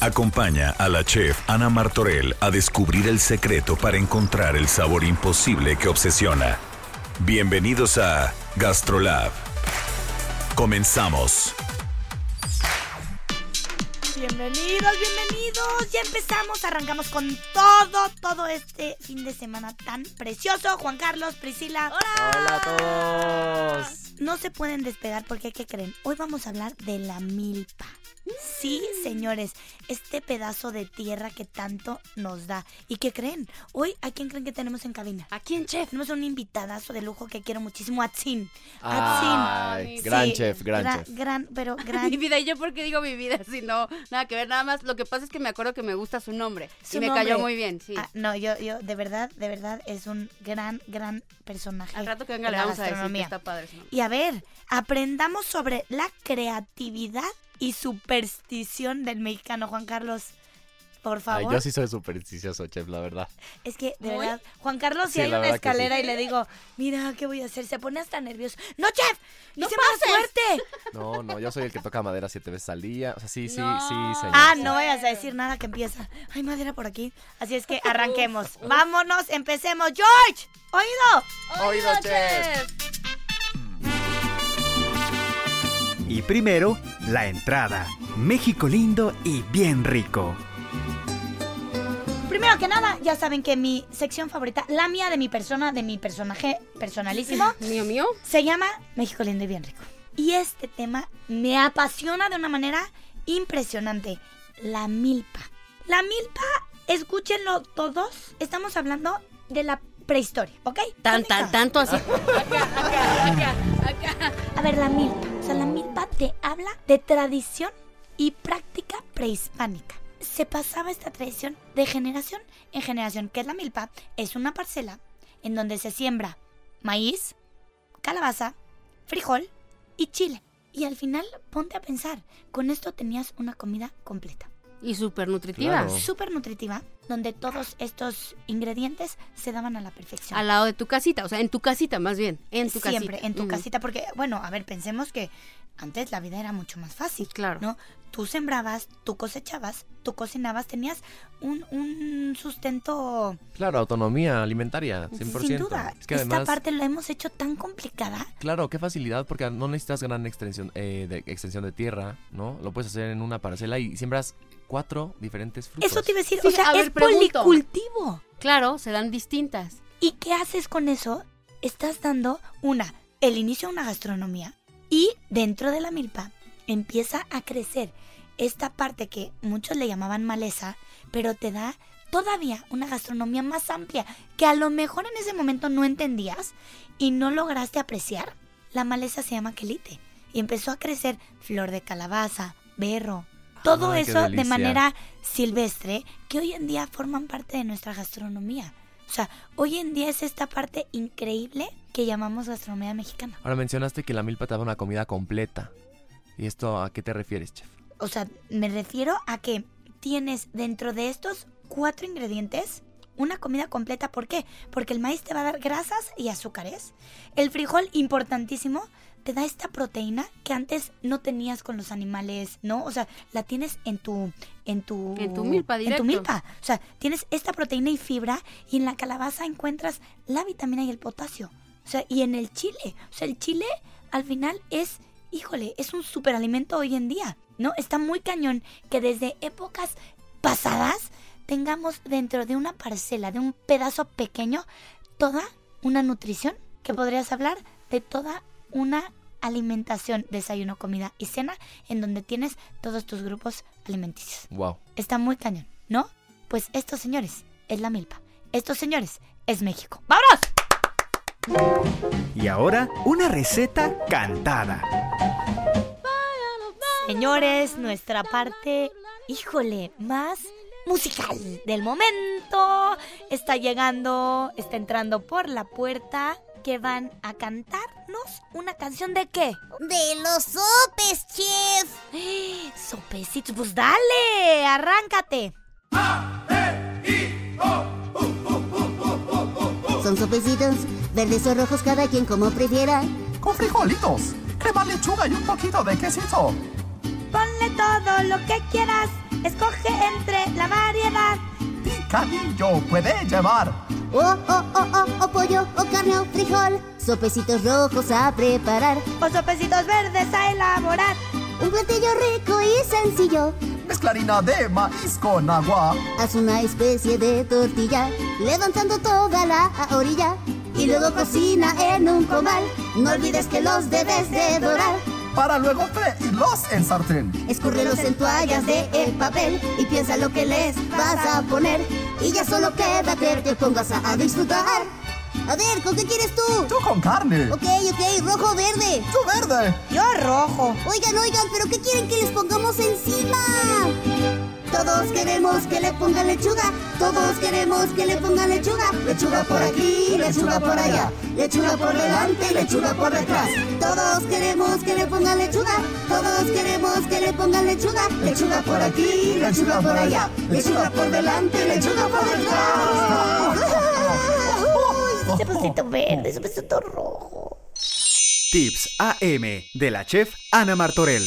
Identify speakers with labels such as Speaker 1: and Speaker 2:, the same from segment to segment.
Speaker 1: Acompaña a la chef Ana Martorell a descubrir el secreto para encontrar el sabor imposible que obsesiona. Bienvenidos a Gastrolab. Comenzamos.
Speaker 2: Bienvenidos, bienvenidos. Ya empezamos, arrancamos con todo, todo este fin de semana tan precioso. Juan Carlos, Priscila. Hola.
Speaker 3: Hola a todos.
Speaker 2: No se pueden despegar porque, ¿qué creen? Hoy vamos a hablar de la milpa. Sí, señores, este pedazo de tierra que tanto nos da. ¿Y qué creen? Hoy, ¿a quién creen que tenemos en cabina?
Speaker 4: ¿A quién, chef?
Speaker 2: Tenemos un invitadazo de lujo que quiero muchísimo, Atsin.
Speaker 3: Ay,
Speaker 2: Atsin.
Speaker 3: gran
Speaker 2: Sí,
Speaker 3: chef, gran chef.
Speaker 2: Gran, pero gran
Speaker 4: Mi vida, y yo porque digo mi vida, si no, nada que ver, nada más. Lo que pasa es que me acuerdo que me gusta su nombre.
Speaker 2: Su
Speaker 4: y me
Speaker 2: nombre.
Speaker 4: cayó muy bien, sí.
Speaker 2: Ah, no, yo, yo, de verdad, de verdad, es un gran, gran personaje.
Speaker 4: Al rato que venga
Speaker 2: de
Speaker 4: le
Speaker 2: la
Speaker 4: vamos a decir que
Speaker 2: gastronomía.
Speaker 4: está padre su nombre.
Speaker 2: Y a ver, aprendamos sobre la creatividad y superstición del mexicano, Juan Carlos. Por
Speaker 3: Ay,
Speaker 2: favor.
Speaker 3: yo sí soy supersticioso, chef, la verdad.
Speaker 2: Es que, de
Speaker 4: Muy.
Speaker 2: verdad, Juan Carlos, si
Speaker 3: Sí,
Speaker 2: hay
Speaker 3: la
Speaker 2: una
Speaker 3: verdad que sí.
Speaker 2: escalera y le digo, mira, ¿qué voy a hacer? Se pone hasta nervioso. ¡No, chef!
Speaker 4: ¡No
Speaker 2: ¡Hice mala
Speaker 4: pases!
Speaker 2: suerte!
Speaker 3: No, no, yo soy el que toca madera siete veces al día. O sea, sí, sí,
Speaker 4: No.
Speaker 3: sí, señor.
Speaker 2: Ah, no vayas a decir nada que empieza. Hay madera por aquí. Así es que arranquemos. Vámonos, empecemos. ¡George! ¡Oído!
Speaker 3: Oído, chef.
Speaker 5: Y primero, la entrada. México lindo y bien rico.
Speaker 2: Primero que nada, ya saben que mi sección favorita, la mía de mi persona, de mi personaje personalísimo,
Speaker 4: Mío, mío.
Speaker 2: se llama México lindo y bien rico. Y este tema me apasiona de una manera impresionante, la milpa. La milpa, escúchenlo todos, estamos hablando de la prehistoria, ¿ok?
Speaker 4: Tan, tan, tanto así.
Speaker 2: A ver, la milpa. O sea, la milpa te habla de tradición y práctica prehispánica. Se pasaba esta tradición de generación en generación, que es la milpa. Es una parcela en donde se siembra maíz, calabaza, frijol y chile. Y al final, ponte a pensar, con esto tenías una comida completa,
Speaker 4: Y súper nutritiva.
Speaker 3: Claro.
Speaker 2: súper nutritiva, donde todos estos ingredientes se daban a la perfección.
Speaker 4: Al lado de tu casita, o sea, en tu casita más bien. En tu casita. Mm.
Speaker 2: siempre en tu
Speaker 4: Ujú.
Speaker 2: casita porque bueno a ver pensemos que antes la vida era mucho más fácil
Speaker 4: Claro.
Speaker 2: no tú sembrabas tú cosechabas tú cocinabas tenías un, un sustento
Speaker 3: Claro, autonomía alimentaria, 100%.
Speaker 2: sin duda
Speaker 3: Es que
Speaker 2: esta
Speaker 3: además,
Speaker 2: parte la hemos hecho tan complicada
Speaker 3: claro, qué facilidad, porque no necesitas gran extensión, eh, de, extensión de tierra, ¿no? Lo puedes hacer en una parcela y siembras cuatro diferentes frutos.
Speaker 2: eso te iba a decir
Speaker 4: Sí,
Speaker 2: o sea
Speaker 4: a ver,
Speaker 2: es
Speaker 4: pregunto.
Speaker 2: policultivo
Speaker 4: Claro, se dan distintas.
Speaker 2: y qué haces con eso estás dando una el inicio a una gastronomía y dentro de la milpa empieza a crecer esta parte que muchos le llamaban maleza, pero te da todavía una gastronomía más amplia que a lo mejor en ese momento no entendías y no lograste apreciar. La maleza se llama quelite y empezó a crecer flor de calabaza, berro, todo
Speaker 3: Ay, qué
Speaker 2: eso de
Speaker 3: delicia.
Speaker 2: manera silvestre que hoy en día forman parte de nuestra gastronomía. O sea, hoy en día es esta parte increíble que llamamos gastronomía mexicana.
Speaker 3: Ahora mencionaste que la milpa te daba una comida completa. ¿Y esto a qué te refieres, chef?
Speaker 2: O sea, me refiero a que tienes dentro de estos cuatro ingredientes una comida completa. ¿Por qué? Porque el maíz te va a dar grasas y azúcares. El frijol, importantísimo, te da esta proteína que antes no tenías con los animales, ¿no? O sea, la tienes en tu... En tu,
Speaker 4: En tu milpa,
Speaker 2: en
Speaker 4: directo.
Speaker 2: tu milpa. O sea, tienes esta proteína y fibra y en la calabaza encuentras la vitamina y el potasio. O sea, y en el chile. O sea, el chile al final es, híjole, es un superalimento hoy en día, ¿no? Está muy cañón que desde épocas pasadas tengamos dentro de una parcela, de un pedazo pequeño, toda una nutrición que podrías hablar de toda una alimentación, desayuno, comida y cena, en donde tienes todos tus grupos alimenticios.
Speaker 3: Wow.
Speaker 2: Está muy cañón, ¿no? Pues estos señores es la milpa. Estos señores es México. ¡Vámonos!
Speaker 5: Y ahora, una receta cantada.
Speaker 2: Señores, nuestra parte, híjole, más musical del momento. Está llegando, está entrando por la puerta que van a cantarnos una canción de qué?
Speaker 6: De los sopes, chef.
Speaker 2: Sopecitos, pues dale, arráncate.
Speaker 6: Son sopecitos, verdes o rojos, cada quien como prefiera.
Speaker 7: con frijolitos, crema lechuga y un poquito de quesito.
Speaker 2: Ponle todo lo que quieras, escoge entre la variedad.
Speaker 7: Picadillo puede llevar.
Speaker 6: O, o, o, o, o pollo, o carne, o frijol. Sopecitos rojos a preparar.
Speaker 2: O sopecitos verdes a elaborar.
Speaker 6: Un platillo rico y sencillo.
Speaker 7: Mezclarina de maíz con agua.
Speaker 6: Haz una especie de tortilla, levantando toda la orilla. Y luego cocina en un comal. No olvides que los debes de dorar.
Speaker 7: Para luego freírlos en sartén.
Speaker 6: Escúrrelos en toallas de eh, papel y piensa lo que les vas a poner. Y ya solo queda que te pongas a, a disfrutar. A ver, ¿con qué quieres tú?
Speaker 7: Tú con carne.
Speaker 6: Ok, ok, rojo, verde.
Speaker 7: Tú verde.
Speaker 2: Yo rojo.
Speaker 6: Oigan, oigan, ¿pero qué quieren que les pongamos encima? Todos queremos que le pongan lechuga. Todos queremos que le pongan lechuga. Lechuga por aquí, lechuga por allá. Lechuga por delante, lechuga por detrás. Todos queremos que le pongan lechuga. Todos queremos que le pongan lechuga. Lechuga por aquí, lechuga por allá. Lechuga por delante, lechuga por detrás.
Speaker 2: Sopecito verde, sopecito rojo.
Speaker 5: Tips AM de la chef Ana Martorell.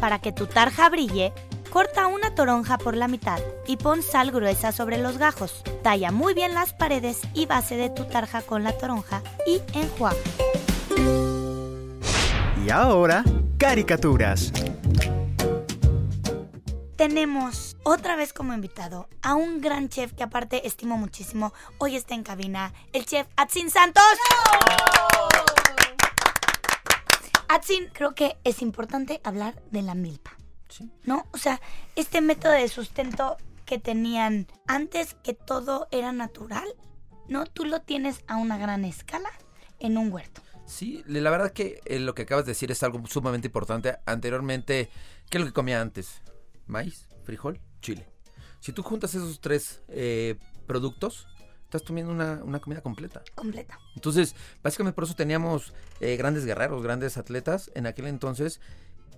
Speaker 2: Para que tu tarja brille, corta una toronja por la mitad y pon sal gruesa sobre los gajos. Talla muy bien las paredes y base de tu tarja con la toronja y enjuaga.
Speaker 5: Y ahora, caricaturas.
Speaker 2: Tenemos otra vez como invitado a un gran chef que aparte estimo muchísimo. Hoy está en cabina el chef Atsin Santos. Atsin, creo que es importante hablar de la milpa. ¿No? O sea, este método de sustento que tenían antes que todo era natural, ¿no? Tú lo tienes a una gran escala en un huerto.
Speaker 8: Sí, la verdad que eh, lo que acabas de decir es algo sumamente importante. Anteriormente, ¿qué es lo que comía antes? Maíz, frijol, chile. Si tú juntas esos tres eh, productos, estás comiendo una, una comida completa.
Speaker 2: Completa.
Speaker 8: Entonces, básicamente por eso teníamos eh, grandes guerreros, grandes atletas en aquel entonces,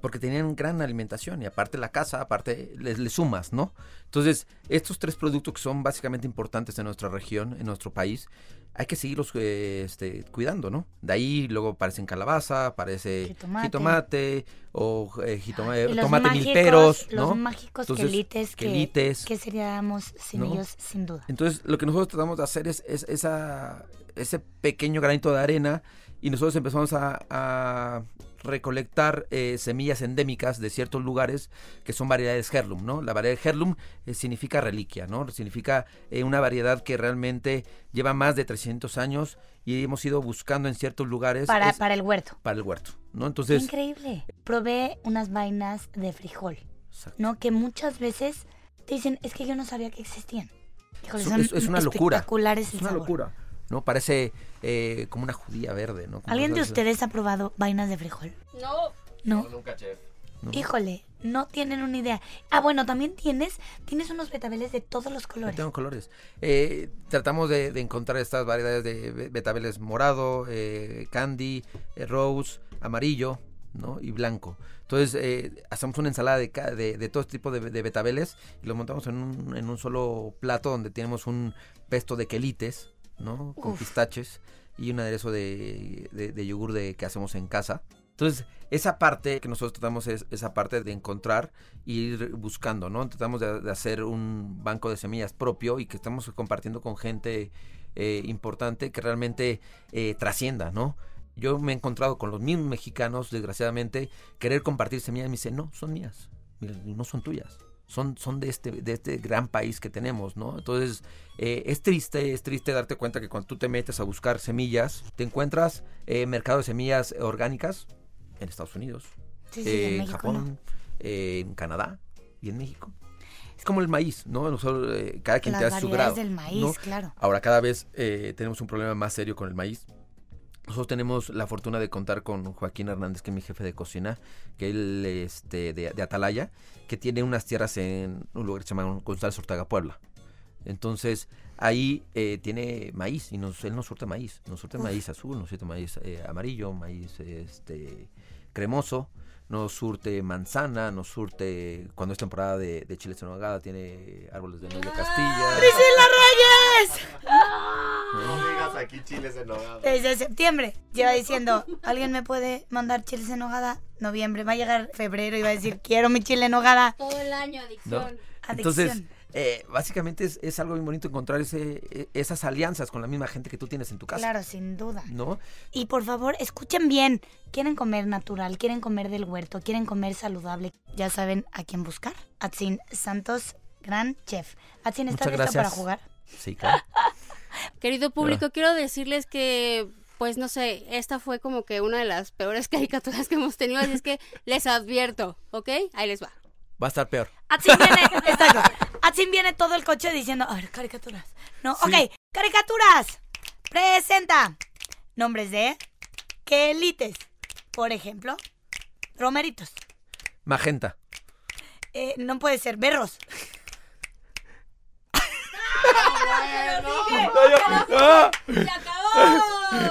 Speaker 8: porque tenían gran alimentación y aparte la casa, aparte le, le sumas, ¿no? Entonces, estos tres productos que son básicamente importantes en nuestra región, en nuestro país, hay que seguirlos eh, este, cuidando, ¿no? De ahí luego aparecen calabaza, aparece
Speaker 2: Jitomate.
Speaker 8: jitomate, o eh, jitoma-
Speaker 2: Y los
Speaker 8: tomate
Speaker 2: mágicos-
Speaker 8: milperos, ¿no?
Speaker 2: Los mágicos
Speaker 8: Entonces,
Speaker 2: quelites que,
Speaker 8: quelites.
Speaker 2: que seríamos sin
Speaker 8: ¿no?
Speaker 2: ellos, sin duda.
Speaker 8: Entonces, lo que nosotros tratamos de hacer es, es esa, ese pequeño granito de arena y nosotros empezamos a, a recolectar eh, semillas endémicas de ciertos lugares que son variedades Herlum, ¿no? La variedad Herlum eh, significa reliquia, ¿no? Significa eh, una variedad que realmente lleva más de 300 años y hemos ido buscando en ciertos lugares
Speaker 2: Para,
Speaker 8: es-
Speaker 2: para el huerto.
Speaker 8: para el huerto, ¿no? Entonces,
Speaker 2: Increíble. Probé unas vainas de frijol,
Speaker 8: exacto.
Speaker 2: ¿no? Que muchas veces te dicen, es que yo no sabía que existían. Híjole,
Speaker 8: Es-
Speaker 2: son
Speaker 8: es, es una locura.
Speaker 2: Espectaculares
Speaker 8: Es
Speaker 2: el
Speaker 8: una
Speaker 2: sabor.
Speaker 8: locura. ¿No? Parece eh, como una judía verde, ¿no? Como
Speaker 2: ¿Alguien de
Speaker 8: esas-
Speaker 2: ustedes ha probado vainas de frijol?
Speaker 4: No,
Speaker 2: No.
Speaker 3: Nunca, chef.
Speaker 2: Híjole, no tienen una idea. Ah, bueno, también tienes, tienes unos betabeles de todos los
Speaker 8: No
Speaker 2: colores.
Speaker 8: tengo colores. Eh, tratamos de, de encontrar estas variedades de be- betabeles morado, eh, candy, eh, rose, amarillo ¿no? y blanco. Entonces eh, hacemos una ensalada de, ca- de, de todo este tipo de, de betabeles y los montamos en un, en un solo plato donde tenemos un pesto de quelites ¿no? con
Speaker 2: Uf.
Speaker 8: pistaches y un aderezo de, de, de yogur de, que hacemos en casa. Entonces, esa parte que nosotros tratamos es esa parte de encontrar e ir buscando, ¿no? Tratamos de, de hacer un banco de semillas propio y que estamos compartiendo con gente eh, importante que realmente eh, trascienda, ¿no? Yo me he encontrado con los mismos mexicanos, desgraciadamente, querer compartir semillas y me dicen, no, son mías, Mira, no son tuyas. Son, son de, este, de este gran país que tenemos, ¿no? Entonces, eh, es triste, es triste darte cuenta que cuando tú te metes a buscar semillas, te encuentras eh, mercado de semillas orgánicas en Estados Unidos,
Speaker 2: Sí, sí, en
Speaker 8: en
Speaker 2: México no.
Speaker 8: Japón, eh, en Canadá y en México. es como el maíz, ¿no? Nosotros, eh, cada quien
Speaker 2: Las
Speaker 8: te hace su grado.
Speaker 2: variedades del maíz,
Speaker 8: ¿no?
Speaker 2: claro.
Speaker 8: Ahora, cada vez eh, tenemos un problema más serio con el maíz. Nosotros tenemos la fortuna de contar con Joaquín Hernández, que es mi jefe de cocina, que él este, de, de Atalaya, que tiene unas tierras en un lugar que se llama González Ortega, Puebla. Entonces, ahí eh, tiene maíz, y nos, él nos surte maíz. Nos surte
Speaker 9: Uf.
Speaker 8: maíz azul, nos surte maíz eh, amarillo, maíz este, cremoso, nos surte manzana, nos surte, cuando es temporada de, de chiles en nogada, tiene árboles de nuez de Castilla.
Speaker 2: ¡Priscila Reyes!
Speaker 10: digas aquí chiles en nogada.
Speaker 2: Desde septiembre lleva diciendo, ¿alguien me puede mandar chiles en hogada? Noviembre, va a llegar febrero y va a decir, quiero mi chile en hogada.
Speaker 4: Todo el año,
Speaker 8: ¿no?
Speaker 4: adicción.
Speaker 8: Entonces, eh, básicamente es, es algo bien bonito encontrar ese, eh, esas alianzas con la misma gente que tú tienes en tu casa.
Speaker 2: Claro, sin duda.
Speaker 8: ¿No?
Speaker 2: Y por favor, escuchen bien. Quieren comer natural, quieren comer del huerto, quieren comer saludable. Ya saben a quién buscar. Atsin Santos, gran chef. Atsin, ¿estás
Speaker 8: Muchas
Speaker 2: lista
Speaker 8: gracias.
Speaker 2: para jugar?
Speaker 8: Sí, claro.
Speaker 4: Querido público, quiero decirles que, pues no sé, esta fue como que una de las peores caricaturas que hemos tenido, así es que les advierto, ¿ok? Ahí les va.
Speaker 8: Va a estar peor.
Speaker 2: Atsin viene, exacto. Atsin viene todo el coche diciendo, a ver, caricaturas. No, ok, caricaturas. Presenta nombres de quelites. Por ejemplo, romeritos.
Speaker 8: Magenta.
Speaker 2: Eh, no puede ser berros.
Speaker 8: ¡Ah!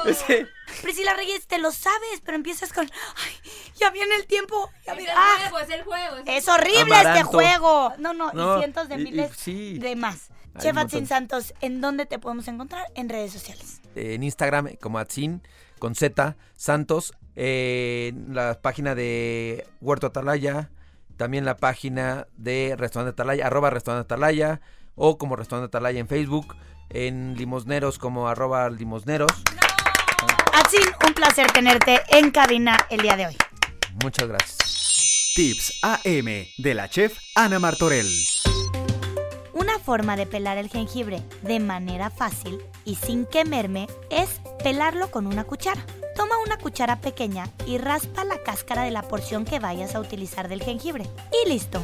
Speaker 2: Ese- Priscila Reyes, te lo sabes, pero empiezas con. Ay, ya viene el tiempo. ya viene-
Speaker 4: el
Speaker 2: ¡Ah!
Speaker 4: juego, es el juego.
Speaker 2: Es horrible este
Speaker 8: Amaranto.
Speaker 2: juego. No, no,
Speaker 8: No,
Speaker 2: y cientos de
Speaker 8: y- y
Speaker 2: miles
Speaker 8: sí.
Speaker 2: de más.
Speaker 8: Hay
Speaker 2: Chef
Speaker 8: un montón.
Speaker 2: Atsin Santos, ¿en dónde te podemos encontrar? En redes sociales.
Speaker 8: eh, en Instagram como Atsin, con Z, Santos, eh, en la página de Huerto Atalaya, también la página de Restaurante Atalaya, arroba Restaurante Atalaya, o como Restaurante Atalaya en Facebook, en Limosneros como arroba Limosneros.
Speaker 2: Atsin, un placer tenerte en cabina el día de hoy.
Speaker 8: Muchas gracias.
Speaker 5: Tips AM de la chef Ana Martorell.
Speaker 2: Una forma de pelar el jengibre de manera fácil y sin quemarme es pelarlo con una cuchara. Toma una cuchara pequeña y raspa la cáscara de la porción que vayas a utilizar del jengibre. Y listo.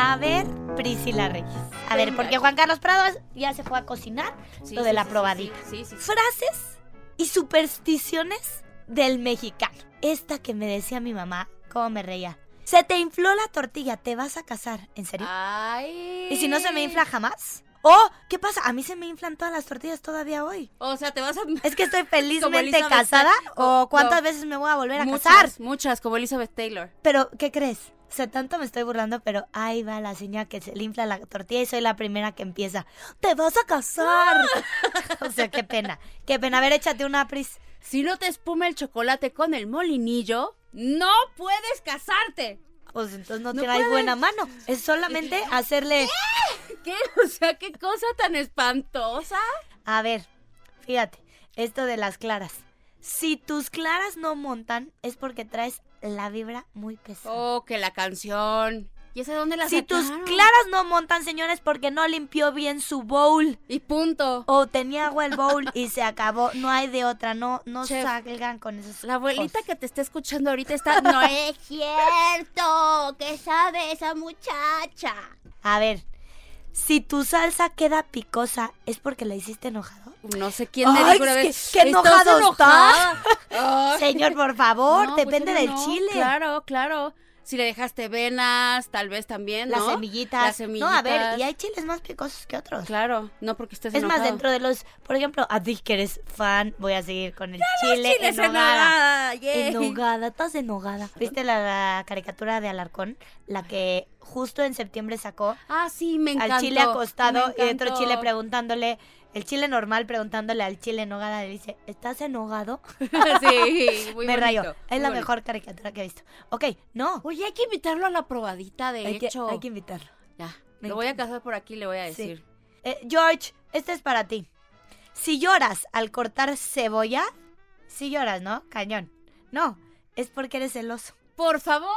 Speaker 2: A ver, Priscila Reyes. A ver, porque Juan Carlos Prado ya se fue a cocinar lo de
Speaker 4: sí,
Speaker 2: la
Speaker 4: sí, sí,
Speaker 2: probadita.
Speaker 4: sí, sí, sí.
Speaker 2: Frases y supersticiones del mexicano. Esta que me decía mi mamá, cómo me reía. Se te infló la tortilla, te vas a casar. ¿En serio?
Speaker 4: Ay.
Speaker 2: ¿Y si no se me infla jamás? Oh, ¿qué pasa? A mí se me inflan todas las tortillas todavía hoy.
Speaker 4: O sea, te vas a...
Speaker 2: Es que estoy felizmente
Speaker 4: Elizabeth
Speaker 2: casada
Speaker 4: Taylor.
Speaker 2: o
Speaker 4: Co-
Speaker 2: cuántas
Speaker 4: co-
Speaker 2: veces me voy a volver a
Speaker 4: muchas,
Speaker 2: casar.
Speaker 4: Muchas, como Elizabeth Taylor.
Speaker 2: Pero, ¿qué crees? O sea, tanto me estoy burlando, pero ahí va la señora que se le infla la tortilla y soy la primera que empieza. ¡Te vas a casar! o sea, qué pena. Qué pena. A ver, échate una pris.
Speaker 4: Si no te espuma el chocolate con el molinillo, no puedes casarte.
Speaker 2: Pues entonces no,
Speaker 4: No
Speaker 2: traes
Speaker 4: puedes.
Speaker 2: buena mano. Es solamente hacerle.
Speaker 4: ¿Qué? O sea, qué cosa tan espantosa.
Speaker 2: A ver, fíjate, esto de las claras. Si tus claras no montan, es porque traes la vibra muy pesada.
Speaker 4: Oh, que la canción. ¿Y esa de dónde la
Speaker 2: Si tus
Speaker 4: sacaron?
Speaker 2: claras no montan, señores, porque no limpió bien su bowl.
Speaker 4: Y punto.
Speaker 2: O tenía agua el bowl y se acabó. No hay de otra. No, no
Speaker 4: Chef,
Speaker 2: salgan con esos.
Speaker 4: La abuelita que te está escuchando ahorita está. No eh, es cierto. ¿Qué sabe esa muchacha?
Speaker 2: A ver, si tu salsa queda picosa, es porque la hiciste enojado.
Speaker 4: No sé quién le
Speaker 2: Ay,
Speaker 4: dijo una
Speaker 2: es
Speaker 4: vez.
Speaker 2: que- qué
Speaker 4: "¿Estás
Speaker 2: enojado
Speaker 4: enojada?". Ay.
Speaker 2: Señor, por favor,
Speaker 4: No, pues
Speaker 2: depende
Speaker 4: era
Speaker 2: del
Speaker 4: no,
Speaker 2: chile.
Speaker 4: Claro, claro. Si le dejaste venas, tal vez también,
Speaker 2: Las
Speaker 4: ¿no?
Speaker 2: semillitas.
Speaker 4: Las semillitas.
Speaker 2: No, a ver, y hay chiles más picosos que otros.
Speaker 4: Claro, no porque estés
Speaker 2: Es más,
Speaker 4: enojado.
Speaker 2: dentro de los, por ejemplo, a ti que eres fan, voy a seguir con el
Speaker 4: los
Speaker 2: chile
Speaker 4: chiles
Speaker 2: en
Speaker 4: en
Speaker 2: nogada.
Speaker 4: nogada, Ah, yay.
Speaker 2: En nogada, estás en nogada. ¿Viste la, la caricatura de Alarcón? La que justo en septiembre sacó
Speaker 4: Ah, sí, me encantó.
Speaker 2: al chile acostado
Speaker 4: me
Speaker 2: y otro
Speaker 4: encantó.
Speaker 2: chile preguntándole, el chile normal preguntándole al chile en nogada, le dice, ¿estás enojado?
Speaker 4: sí, muy
Speaker 2: Me
Speaker 4: bonito,
Speaker 2: rayó.
Speaker 4: muy
Speaker 2: Es la
Speaker 4: bonito.
Speaker 2: mejor caricatura que he visto. Ok, no.
Speaker 4: Oye, hay que invitarlo a la probadita, de
Speaker 2: Hay que,
Speaker 4: hecho.
Speaker 2: hay que invitarlo.
Speaker 4: Ya,
Speaker 2: Me
Speaker 4: lo voy a
Speaker 2: encanta.
Speaker 4: casar por aquí, le voy a
Speaker 2: Sí.
Speaker 4: decir.
Speaker 2: Eh, George, este es para ti. Si lloras al cortar cebolla, si lloras, ¿no? Cañón. No, es porque eres celoso.
Speaker 4: Por favor.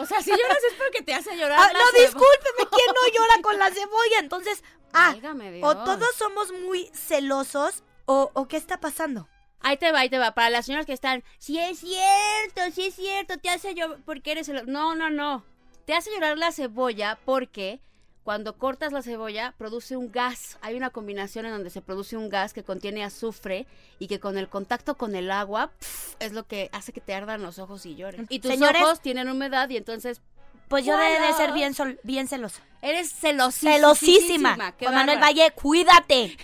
Speaker 4: O sea, si lloras es porque te hace llorar.
Speaker 2: Ah,
Speaker 4: la
Speaker 2: no,
Speaker 4: cebo-
Speaker 2: discúlpeme, ¿quién no llora con la cebolla? Entonces, ah,
Speaker 4: Válgame Dios.
Speaker 2: o todos somos muy celosos o, o ¿qué está pasando?
Speaker 4: Ahí te va, ahí te va. Para las señoras que están, si es cierto, si es cierto, te hace llorar porque eres el. No, no, no. Te hace llorar la cebolla porque cuando cortas la cebolla produce un gas. Hay una combinación en donde se produce un gas que contiene azufre y que con el contacto con el agua pf, es lo que hace que te ardan los ojos y llores. Y tus
Speaker 2: Señores-
Speaker 4: ojos tienen humedad y entonces...
Speaker 2: Pues yo he de
Speaker 4: ¡Guau!
Speaker 2: ser bien, sol- bien celosa.
Speaker 4: Eres celosísima.
Speaker 2: Celosísima.
Speaker 4: qué
Speaker 2: Juan Manuel
Speaker 4: bárbara.
Speaker 2: Valle, cuídate.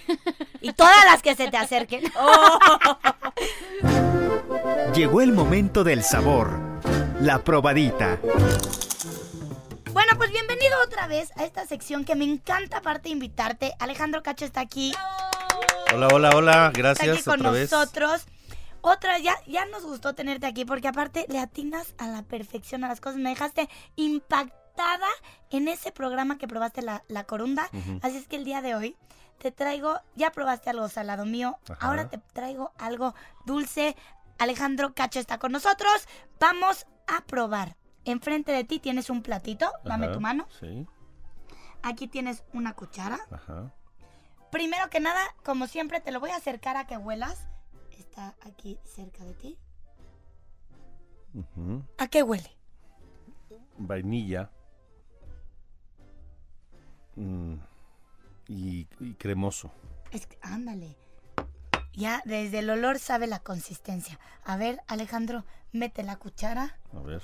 Speaker 2: Y todas las que se te acerquen.
Speaker 5: Llegó el momento del sabor. La probadita.
Speaker 2: Bueno, pues bienvenido otra vez a esta sección que me encanta aparte invitarte. Alejandro Cacho está aquí,
Speaker 8: Hola, hola, hola.
Speaker 2: está aquí
Speaker 8: Gracias
Speaker 2: con
Speaker 8: otra vez.
Speaker 2: nosotros. Otra, ya, ya nos gustó tenerte aquí porque aparte le atinas a la perfección a las cosas. Me dejaste impactada en ese programa que probaste la, la corunda.
Speaker 8: Ujú.
Speaker 2: Así es que el día de hoy te traigo, ya probaste algo salado mío,
Speaker 8: Ajá.
Speaker 2: ahora te traigo algo dulce. Alejandro Cacho está con nosotros. Vamos a probar. Enfrente de ti tienes un platito, dame
Speaker 8: Ajá,
Speaker 2: tu mano.
Speaker 8: Sí,
Speaker 2: Aquí tienes una cuchara.
Speaker 8: ajá.
Speaker 2: Primero que nada, como siempre, te lo voy a acercar a que huelas. Está aquí cerca de ti.
Speaker 8: ujú.
Speaker 2: ¿A qué huele?
Speaker 8: Vainilla. Mm, Y, y cremoso.
Speaker 2: Es que, ándale. Ya desde el olor sabe la consistencia. A ver, Alejandro, mete la cuchara.
Speaker 8: A ver.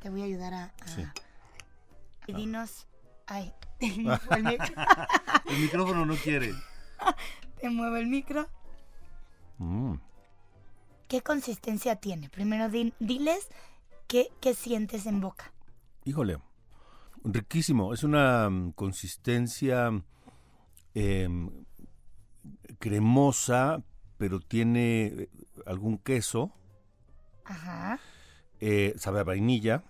Speaker 2: Te voy a ayudar a. a-
Speaker 8: Sí.
Speaker 2: Y dinos. Ay, te muevo el micro.
Speaker 8: El micrófono no quiere.
Speaker 2: te muevo el micro.
Speaker 8: Mm,
Speaker 2: ¿Qué consistencia tiene? Primero di- diles qué, qué sientes en boca.
Speaker 8: Híjole. Riquísimo. Es una mm, consistencia em, cremosa, pero tiene eh, algún queso.
Speaker 2: Ajá.
Speaker 8: Eh, sabe a vainilla.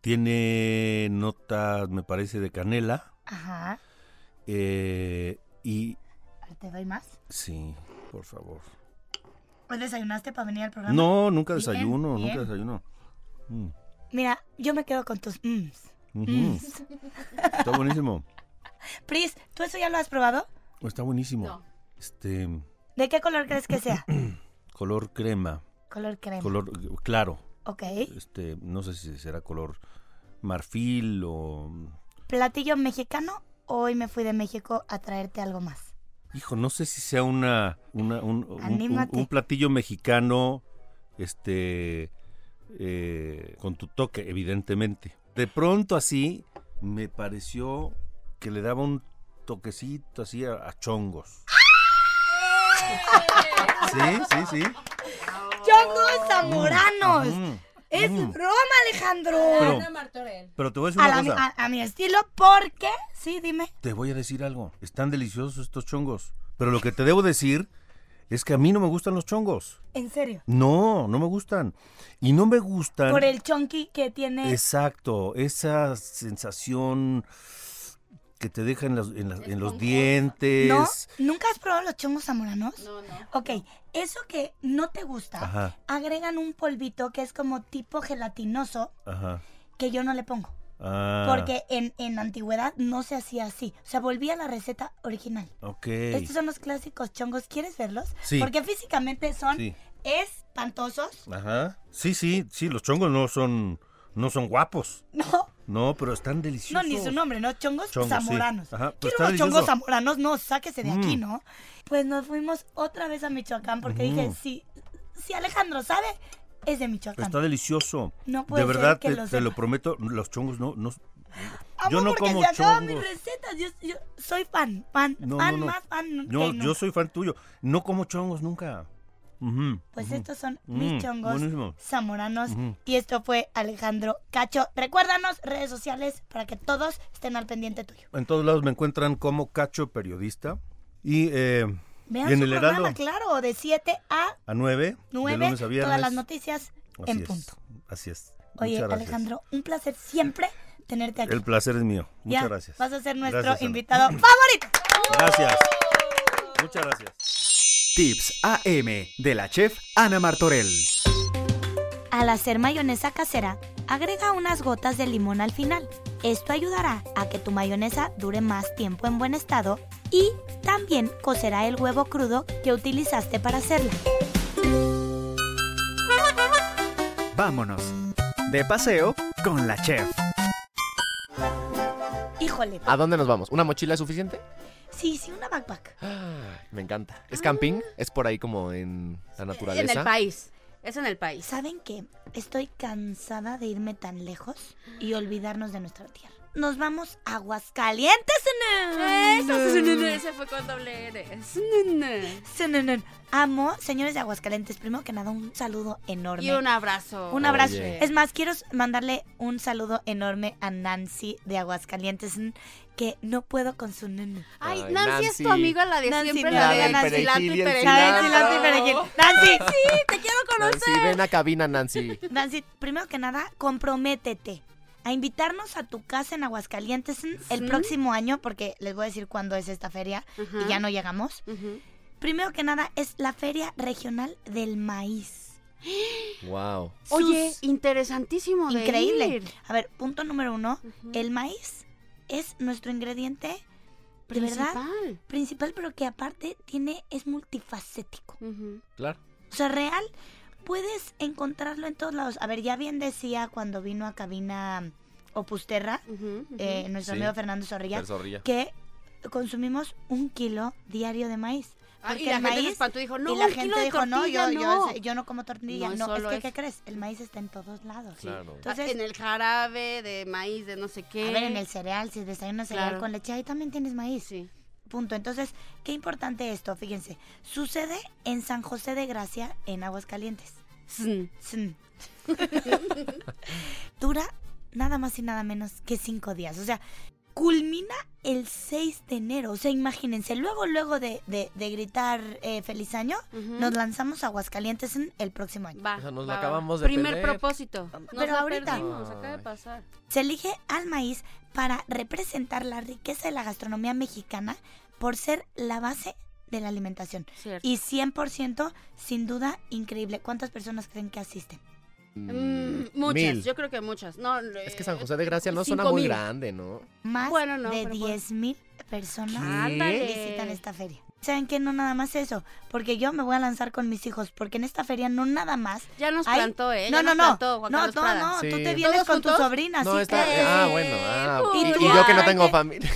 Speaker 8: Tiene notas, me parece, de canela.
Speaker 2: Ajá.
Speaker 8: Eh, y
Speaker 2: ¿Te doy más?
Speaker 8: sí, por favor.
Speaker 2: ¿Hoy desayunaste para venir al programa?
Speaker 8: No, nunca
Speaker 2: Bien,
Speaker 8: desayuno,
Speaker 2: Ah, bien.
Speaker 8: nunca desayuno. Mm,
Speaker 2: Mira, yo me quedo con tus mmm. mms.
Speaker 8: ujú.
Speaker 2: mms.
Speaker 8: Está buenísimo.
Speaker 2: Pris, ¿tú eso ya lo has probado?
Speaker 8: Está buenísimo.
Speaker 2: No.
Speaker 8: Este
Speaker 2: ¿De qué color crees que sea?
Speaker 8: color crema,
Speaker 2: color crema.
Speaker 8: color claro.
Speaker 2: Ok.
Speaker 8: Este, no sé si será color marfil o
Speaker 2: ¿Platillo mexicano? Hoy me fui de México a traerte algo más.
Speaker 8: hijo, no sé si sea una, una- un, un- un,
Speaker 2: Anímate.
Speaker 8: un platillo mexicano este eh, con tu toque, evidentemente. De pronto así me pareció que le daba un toquecito así a, a chongos. Sí, sí, sí.
Speaker 2: ¡Chongos zamoranos!
Speaker 8: Mm,
Speaker 2: ¡Es
Speaker 8: mm.
Speaker 2: Roma, Alejandro!
Speaker 8: Pero- Ana Pero te voy a decir
Speaker 2: A,
Speaker 8: una
Speaker 2: la mi-
Speaker 8: cosa.
Speaker 2: a- a mi estilo, porque... Sí, dime.
Speaker 8: Te voy a decir algo. Están deliciosos estos chongos. Pero lo que te debo decir es que a mí no me gustan los chongos.
Speaker 2: En serio.
Speaker 8: No, no me gustan. Y no me gustan.
Speaker 2: Por el chonky que tiene...
Speaker 8: Exacto, esa sensación que te deja en, las- en las- en los dientes.
Speaker 2: ¿No? ¿Nunca has probado los chongos zamoranos? No, no. Ok, eso que no te gusta,
Speaker 8: Ajá.
Speaker 2: agregan un polvito que es como tipo gelatinoso
Speaker 8: Ajá.
Speaker 2: que yo no le pongo.
Speaker 8: Ah,
Speaker 2: Porque en, en antigüedad no se hacía así. O sea, volvía a la receta original.
Speaker 8: Ok.
Speaker 2: Estos son los clásicos chongos. ¿Quieres verlos?
Speaker 8: Sí.
Speaker 2: Porque físicamente son
Speaker 8: Sí.
Speaker 2: espantosos.
Speaker 8: Ajá. Sí, sí, sí, los chongos no son, no son guapos.
Speaker 2: No.
Speaker 8: No, pero están
Speaker 2: No,
Speaker 8: deliciosos.
Speaker 2: ni su nombre, ¿no? Chongos,
Speaker 8: Chongos, sí.
Speaker 2: zamoranos.
Speaker 8: Ajá, pero
Speaker 2: Quiero
Speaker 8: está
Speaker 2: unos chongos
Speaker 8: delicioso.
Speaker 2: zamoranos, no, sáquese de aquí,
Speaker 8: Mm.
Speaker 2: ¿no? Pues nos fuimos otra vez a Michoacán porque
Speaker 8: Ujú.
Speaker 2: dije, si, si Alejandro sabe, es de Michoacán.
Speaker 8: Está delicioso.
Speaker 2: No puede
Speaker 8: de
Speaker 2: ser
Speaker 8: verdad,
Speaker 2: que
Speaker 8: te,
Speaker 2: lo
Speaker 8: te lo
Speaker 2: sepa.
Speaker 8: prometo, los chongos no... no
Speaker 2: Amo
Speaker 8: yo no
Speaker 2: porque
Speaker 8: como
Speaker 2: se acaban
Speaker 8: chongos.
Speaker 2: mis recetas. Yo, yo soy fan, fan,
Speaker 8: No, no,
Speaker 2: fan
Speaker 8: no.
Speaker 2: más fan. que
Speaker 8: No,
Speaker 2: nunca.
Speaker 8: yo soy fan tuyo. No como chongos nunca. Ujú,
Speaker 2: Pues
Speaker 8: ujú.
Speaker 2: estos son
Speaker 8: Mm,
Speaker 2: mis chongos
Speaker 8: buenísimo.
Speaker 2: zamoranos.
Speaker 8: Ujú.
Speaker 2: Y esto fue Alejandro Cacho. Recuérdanos redes sociales para que todos estén al pendiente tuyo.
Speaker 8: En todos lados me encuentran como Cacho Periodista. Y, eh,
Speaker 2: Vean
Speaker 8: y en
Speaker 2: su
Speaker 8: el
Speaker 2: programa,
Speaker 8: Heraldo
Speaker 2: claro, de 7 a
Speaker 8: a 9, de
Speaker 2: 9,
Speaker 8: lunes a viernes.
Speaker 2: todas las noticias
Speaker 8: Así
Speaker 2: en
Speaker 8: es,
Speaker 2: punto.
Speaker 8: Así es.
Speaker 2: Oye,
Speaker 8: Muchas gracias.
Speaker 2: Alejandro, un placer siempre tenerte aquí.
Speaker 8: El placer es mío. Muchas
Speaker 2: Ya,
Speaker 8: gracias.
Speaker 2: Vas a ser nuestro
Speaker 8: Gracias, Ana.
Speaker 2: invitado favorito.
Speaker 8: Gracias. Muchas gracias.
Speaker 5: Tips AM de la chef Ana Martorell.
Speaker 2: Al hacer mayonesa casera, agrega unas gotas de limón al final. Esto ayudará a que tu mayonesa dure más tiempo en buen estado y también cocerá el huevo crudo que utilizaste para hacerla.
Speaker 5: Vámonos. De paseo con la chef.
Speaker 2: Híjole.
Speaker 3: ¿A dónde nos vamos? ¿Una mochila es suficiente?
Speaker 2: Sí, sí, una backpack.
Speaker 3: Me encanta. ¿Es camping? ¿Es por ahí como en la naturaleza?
Speaker 4: En el país. Es en el país.
Speaker 2: ¿Saben qué? Estoy cansada de irme tan lejos y olvidarnos de nuestra tierra. Nos vamos a Aguascalientes.
Speaker 4: Eso, se fue con doble N.
Speaker 2: Sununun. Amo, señores de Aguascalientes, primero que nada, un saludo enorme.
Speaker 4: Y un abrazo.
Speaker 2: Un abrazo.
Speaker 4: Oye.
Speaker 2: Es más, quiero mandarle un saludo enorme a Nancy de Aguascalientes, mm, que no puedo con su nene.
Speaker 4: Ay, Ay, Nancy es tu Nancy. amiga, la de siempre, la de
Speaker 2: Nancy,
Speaker 4: cilantro y
Speaker 2: Nancy,
Speaker 4: perejil.
Speaker 2: La de cilantro y perejil. Nancy,
Speaker 4: sí, te quiero conocer.
Speaker 3: Nancy, ven a cabina, Nancy.
Speaker 2: Nancy, primero que nada, comprométete a invitarnos a tu casa en Aguascalientes mm, el próximo año, porque les voy a decir cuándo es esta feria y ya no llegamos. Primero que nada, es la Feria Regional del Maíz.
Speaker 3: Wow.
Speaker 4: Oye, interesantísimo. de
Speaker 2: Increíble.
Speaker 4: ir.
Speaker 2: A ver, punto número uno. El maíz es nuestro ingrediente de verdad,
Speaker 4: Principal.
Speaker 2: principal, pero que aparte tiene, es multifacético.
Speaker 3: Claro.
Speaker 2: O sea, real, puedes encontrarlo en todos lados. A ver, ya bien decía cuando vino a cabina Opusterra, eh, nuestro
Speaker 3: Sí.
Speaker 2: amigo Fernando Zorrilla,
Speaker 3: Fer Zorrilla.
Speaker 2: que consumimos un kilo diario de maíz.
Speaker 4: Ah, y
Speaker 2: Porque el
Speaker 4: la gente se
Speaker 2: maíz-
Speaker 4: espantó y dijo, no,
Speaker 2: y la
Speaker 4: un
Speaker 2: gente
Speaker 4: kilo de
Speaker 2: dijo, no, yo,
Speaker 4: tortilla,
Speaker 2: yo-
Speaker 4: no".
Speaker 2: yo no como tortilla.
Speaker 4: No, es
Speaker 2: No, es
Speaker 4: solo
Speaker 2: que,
Speaker 4: eso.
Speaker 2: ¿qué crees? El maíz está en todos lados.
Speaker 3: Claro.
Speaker 2: Entonces,
Speaker 4: en el jarabe de maíz, de no sé qué.
Speaker 2: a ver, en el cereal, si desayunas cereal
Speaker 4: Claro.
Speaker 2: con leche, ahí también tienes maíz. Punto. Entonces, qué importante esto, fíjense. Sucede en San José de Gracia, en Aguascalientes.
Speaker 4: Zn.
Speaker 2: Zn. Dura nada más y nada menos que cinco días. O sea, culmina el 6 de enero. O sea, imagínense, luego, luego de, de- de gritar eh, feliz año, nos lanzamos a Aguascalientes en el próximo año.
Speaker 4: Va,
Speaker 3: O sea, nos
Speaker 4: va,
Speaker 3: la
Speaker 4: va.
Speaker 3: acabamos de
Speaker 4: Primer
Speaker 3: perder.
Speaker 4: propósito. Nos
Speaker 2: Pero
Speaker 4: la
Speaker 2: ahorita.
Speaker 4: perdimos, acaba de pasar.
Speaker 2: Se elige al maíz para representar la riqueza de la gastronomía mexicana por ser la base de la alimentación.
Speaker 4: Cierto.
Speaker 2: Y 100%, sin duda, increíble. ¿Cuántas personas creen que asisten?
Speaker 4: Mm, muchas,
Speaker 3: Mil.
Speaker 4: yo creo que muchas. No, eh,
Speaker 3: Es que San José de Gracia no suena
Speaker 4: cinco
Speaker 3: muy
Speaker 4: mil.
Speaker 3: grande, ¿no?
Speaker 2: Más
Speaker 4: Bueno, no,
Speaker 2: de
Speaker 4: pero
Speaker 2: 10.000 personas
Speaker 4: Ándale.
Speaker 2: visitan esta feria. ¿Saben qué? No nada más eso, porque yo me voy a lanzar con mis hijos, porque en esta feria no nada más...
Speaker 4: Ya nos
Speaker 2: hay-
Speaker 4: plantó, ¿eh?
Speaker 2: No,
Speaker 4: Ya
Speaker 2: no,
Speaker 4: nos
Speaker 2: no,
Speaker 4: plantó Juan
Speaker 2: no,
Speaker 4: Carlos
Speaker 2: no,
Speaker 4: Prada.
Speaker 2: no, tú
Speaker 3: Sí.
Speaker 2: te vienes
Speaker 4: ¿Todos
Speaker 2: con tu
Speaker 4: juntos?
Speaker 2: sobrina,
Speaker 3: No,
Speaker 2: sí Eh,
Speaker 3: está.
Speaker 2: que-
Speaker 3: Ah, bueno. ah,
Speaker 4: Uy,
Speaker 3: y, y
Speaker 4: tú
Speaker 3: yo que no
Speaker 2: ándale.
Speaker 3: tengo familia.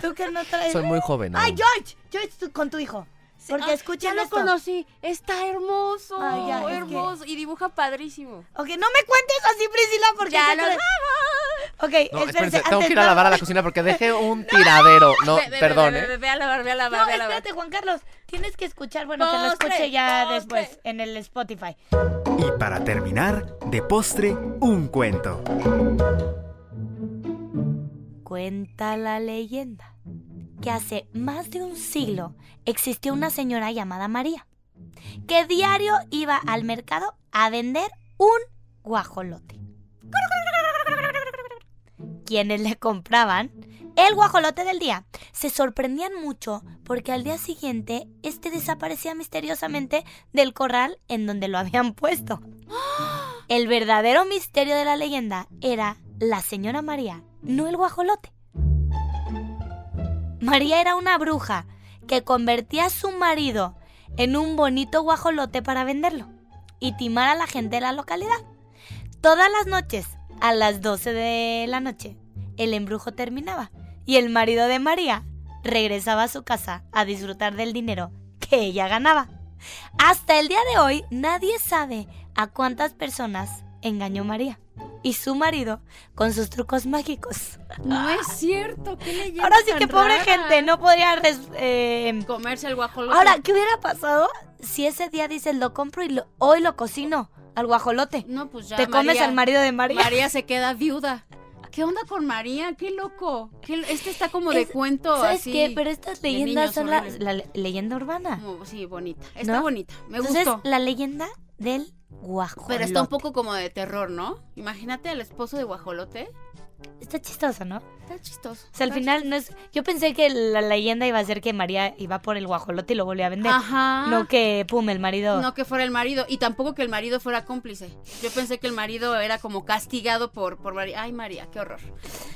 Speaker 2: tú que no traes...
Speaker 3: Soy muy joven.
Speaker 2: ¡Ay,
Speaker 3: aún.
Speaker 2: George! George, tú- con tu hijo. Porque
Speaker 4: Ah,
Speaker 2: escuchen
Speaker 4: Ya lo
Speaker 2: esto.
Speaker 4: conocí. Está hermoso.
Speaker 2: Ay, ya, es que-
Speaker 4: hermoso. Y dibuja padrísimo.
Speaker 2: Ok, no me cuentes así, Priscila, porque
Speaker 4: Ya
Speaker 2: se
Speaker 4: lo-
Speaker 2: cree- ¡Ah! Ok,
Speaker 3: No,
Speaker 2: espérense,
Speaker 3: espérense, tengo
Speaker 2: antes
Speaker 3: que ir a
Speaker 2: no-
Speaker 3: lavar a la cocina porque dejé un tiradero. No,
Speaker 4: Ve, ve, ve,
Speaker 3: perdón,
Speaker 4: ve, ve,
Speaker 3: ¿eh?
Speaker 4: ve, ve a lavar, ve a lavar,
Speaker 2: No,
Speaker 4: ve a lavar.
Speaker 2: espérate, Juan Carlos. Tienes que escuchar, bueno, que lo
Speaker 4: Postre,
Speaker 2: escuche ya
Speaker 4: postre.
Speaker 2: después en el Spotify.
Speaker 5: Y para terminar, de postre, un cuento.
Speaker 2: Cuenta la leyenda que hace más de un siglo existió una señora llamada María que diario iba al mercado a vender un guajolote. Quienes le compraban el guajolote del día se sorprendían mucho porque al día siguiente este desaparecía misteriosamente del corral en donde lo habían puesto. El verdadero misterio de la leyenda era la señora María, no el guajolote. María era una bruja que convertía a su marido en un bonito guajolote para venderlo y timar a la gente de la localidad. Todas las noches, a las 12 de la noche, el embrujo terminaba y el marido de María regresaba a su casa a disfrutar del dinero que ella ganaba. Hasta el día de hoy nadie sabe a cuántas personas engañó María y su marido con sus trucos mágicos.
Speaker 4: No es cierto. ¿Qué leyenda
Speaker 2: Ahora sí
Speaker 4: tan
Speaker 2: que pobre
Speaker 4: rara?
Speaker 2: gente no podría... res- eh,
Speaker 4: Comerse el guajolote.
Speaker 2: Ahora, ¿qué hubiera pasado si ese día dices lo compro y lo- hoy lo cocino al guajolote?
Speaker 4: No, pues ya.
Speaker 2: Te comes
Speaker 4: María-
Speaker 2: al marido de María.
Speaker 4: María se queda viuda. ¿Qué onda con María? Qué loco. Qué- este está como de
Speaker 2: Es-
Speaker 4: cuento
Speaker 2: ¿Sabes
Speaker 4: así.
Speaker 2: qué? Pero estas
Speaker 4: de
Speaker 2: leyendas
Speaker 4: niños
Speaker 2: son la,
Speaker 4: horribles.
Speaker 2: la le- leyenda urbana.
Speaker 4: Como- Sí, bonita. Está
Speaker 2: ¿No?
Speaker 4: bonita. Me
Speaker 2: Entonces,
Speaker 4: gustó.
Speaker 2: la leyenda del guajolote.
Speaker 4: Pero está un poco como de terror, ¿no? Imagínate al esposo de guajolote.
Speaker 2: Está chistoso, ¿no?
Speaker 4: Está chistoso.
Speaker 2: O sea, al final no es... Yo pensé que la leyenda iba a ser que María iba por el guajolote y lo volvió a vender.
Speaker 4: Ajá.
Speaker 2: No que, pum, el marido...
Speaker 4: No que fuera el marido. Y tampoco que el marido fuera cómplice. Yo pensé que el marido era como castigado por, por María. Ay, María, qué horror.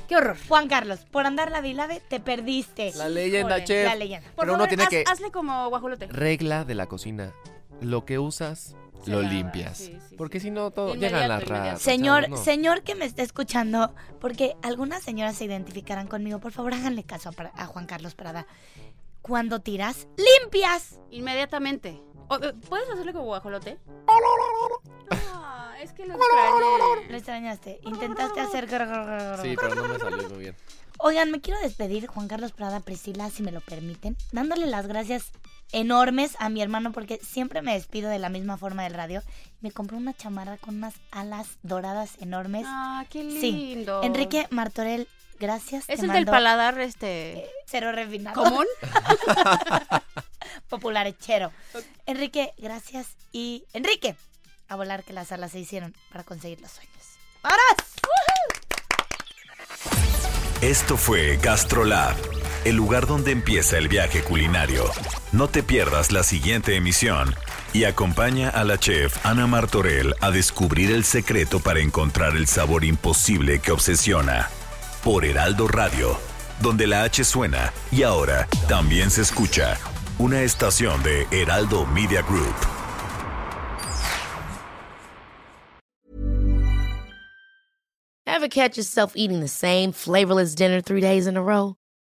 Speaker 4: Qué horror.
Speaker 2: Juan Carlos, por andar la vilave te perdiste.
Speaker 3: La leyenda,
Speaker 4: Híjole,
Speaker 3: chef.
Speaker 2: la leyenda. ah,
Speaker 4: Por
Speaker 3: Pero
Speaker 4: favor,
Speaker 3: uno tiene
Speaker 4: haz-
Speaker 3: que.
Speaker 4: hazle como guajolote.
Speaker 3: Regla de la cocina. Lo que usas, lo limpias. Porque si no, todo llegan las ratas.
Speaker 2: Señor,
Speaker 3: chavos, no.
Speaker 2: señor que me está escuchando, porque algunas señoras se identificarán conmigo, por favor háganle caso a, Pra- a Juan Carlos Prada. Cuando tiras, limpias.
Speaker 4: Inmediatamente. O, eh, ¿Puedes hacerle como guajolote? Ah, es que lo extrañé.
Speaker 2: Lo extrañaste. Intentaste hacer... gr- gr- gr- gr-
Speaker 3: Sí, pero no me salió muy bien.
Speaker 2: Oigan, me quiero despedir, Juan Carlos Prada, Priscila, si me lo permiten, dándole las gracias enormes a mi hermano porque siempre me despido de la misma forma del radio. Me compró una chamarra con unas alas doradas enormes.
Speaker 4: Ah, qué
Speaker 2: Sí.
Speaker 4: lindo.
Speaker 2: Enrique Martorell, gracias.
Speaker 4: Es
Speaker 2: te
Speaker 4: el del
Speaker 2: mando- eh,
Speaker 4: paladar, este.
Speaker 2: Cero refinado.
Speaker 4: ¿Común?
Speaker 2: Popular hechero. Enrique, gracias. Y Enrique, a volar que las alas se hicieron para conseguir los sueños.
Speaker 1: Esto fue GastroLab, el lugar donde empieza el viaje culinario. No te pierdas la siguiente emisión y acompaña a la chef Ana Martorell a descubrir el secreto para encontrar el sabor imposible que obsesiona. Por Heraldo Radio, donde la H suena y ahora también se escucha. Una estación de Heraldo Media Group.
Speaker 8: Ever catch yourself eating the same flavorless dinner three days in a row?